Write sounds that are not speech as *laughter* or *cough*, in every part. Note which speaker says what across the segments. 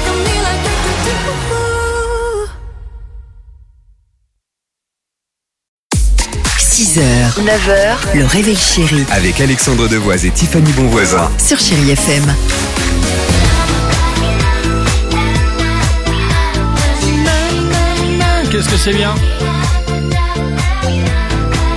Speaker 1: on me like do, do, do, do.
Speaker 2: 6h, 9h, le réveil chéri
Speaker 3: Avec Alexandre Devoise et Tiffany Bonvoisin.
Speaker 2: sur Chérie FM.
Speaker 4: Hein, Qu'est-ce que c'est bien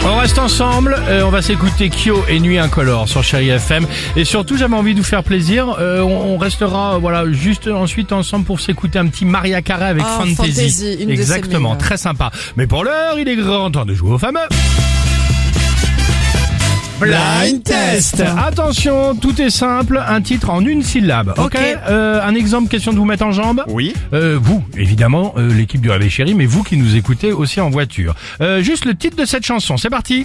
Speaker 4: on reste ensemble, euh, on va s'écouter Kyo et Nuit Incolore sur Chéri FM. Et surtout, j'avais envie de vous faire plaisir. euh, on, on restera, euh, voilà, juste ensuite ensemble pour s'écouter un petit Maria Carré avec
Speaker 5: Ah,
Speaker 4: Fantasy.
Speaker 5: Fantasy, une de ses
Speaker 4: Exactement,
Speaker 5: mille.
Speaker 4: très sympa. Mais pour l'heure, il est grand temps de jouer au fameux. Blind test. Attention, tout est simple, un titre en une syllabe. Ok. euh, un exemple, question de vous mettre en jambe.
Speaker 3: Oui.
Speaker 4: Euh, vous, évidemment, euh, l'équipe du Réveil Chéri, mais vous qui nous écoutez aussi en voiture. Euh, juste le titre de cette chanson, c'est parti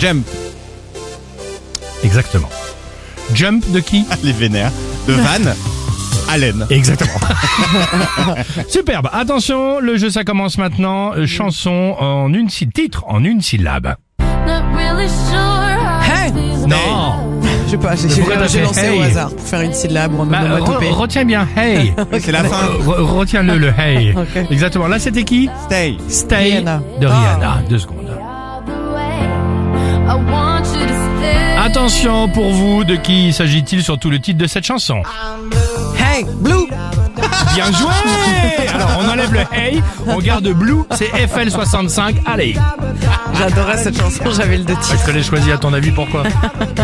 Speaker 6: Jump,
Speaker 4: Exactement. Jump de qui
Speaker 6: les vénères. De Van Allen.
Speaker 4: Exactement. *laughs* Superbe. Attention, le jeu ça commence maintenant. Euh, Chanson en une syllabe. Titre en une syllabe.
Speaker 1: Not really sure how
Speaker 5: Hey.
Speaker 1: to feel.
Speaker 4: Non
Speaker 5: Je sais pas, j'ai
Speaker 4: pourquoi t'as
Speaker 5: j'ai
Speaker 4: fait
Speaker 5: lancé
Speaker 4: hey
Speaker 5: au hasard pour faire une syllabe ou en
Speaker 4: Bah, re-
Speaker 5: onomatopée.
Speaker 4: Retiens bien, hey
Speaker 5: *laughs*
Speaker 6: C'est la fin.
Speaker 4: Re- Retiens-le, le hey. Exactement. Là, c'était qui
Speaker 6: Stay.
Speaker 4: Stay
Speaker 5: Rihanna. Ah.
Speaker 4: de Rihanna. Deux secondes.
Speaker 1: Other way, I want you to stay.
Speaker 4: Attention pour vous, de qui s'agit-il surtout le titre de cette chanson
Speaker 5: Hey, Blue
Speaker 4: Bien joué Alors on enlève le hey, on garde blue, c'est FL65, allez Ah,
Speaker 5: J'adorais cette chanson, j'avais le deux titres.
Speaker 4: Je te l'ai choisi à ton avis, pourquoi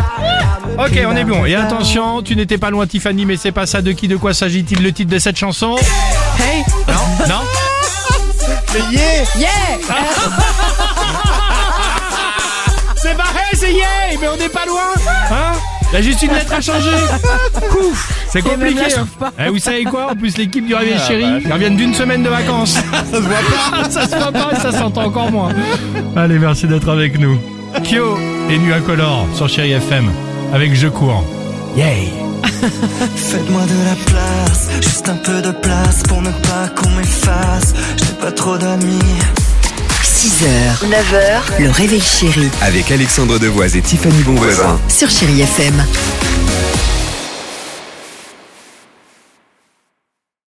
Speaker 5: *laughs*
Speaker 4: Ok, on est bon. Et attention, tu n'étais pas loin Tiffany, mais c'est pas ça de qui, de quoi s'agit-il le titre de cette chanson
Speaker 5: Hey,
Speaker 4: Non Non
Speaker 5: yeah
Speaker 4: C'est pas hey, c'est yay, mais on n'est pas loin Hein Il y a juste une lettre à changer *laughs* Ouf C'est
Speaker 5: même
Speaker 4: compliqué
Speaker 5: là, je
Speaker 4: hein.
Speaker 5: trouve pas.
Speaker 4: Eh, Vous savez quoi En plus, l'équipe du Réveil Chéri, ils reviennent d'une semaine de *laughs* vacances
Speaker 6: Ça se voit
Speaker 4: *laughs*
Speaker 6: pas.
Speaker 4: ça se voit pas, ça s'entend encore moins. Allez, merci d'être avec nous. Kyo et Nu Incolore sur Chéri FM avec Je cours. Yay!
Speaker 7: Faites-moi de la place, juste un peu de place pour ne pas qu'on m'efface. J'ai pas trop d'amis.
Speaker 2: 6h, 9h, le réveil chéri
Speaker 3: Avec Alexandre Devoise et Tiffany Bonvoisin.
Speaker 2: sur Chérie FM.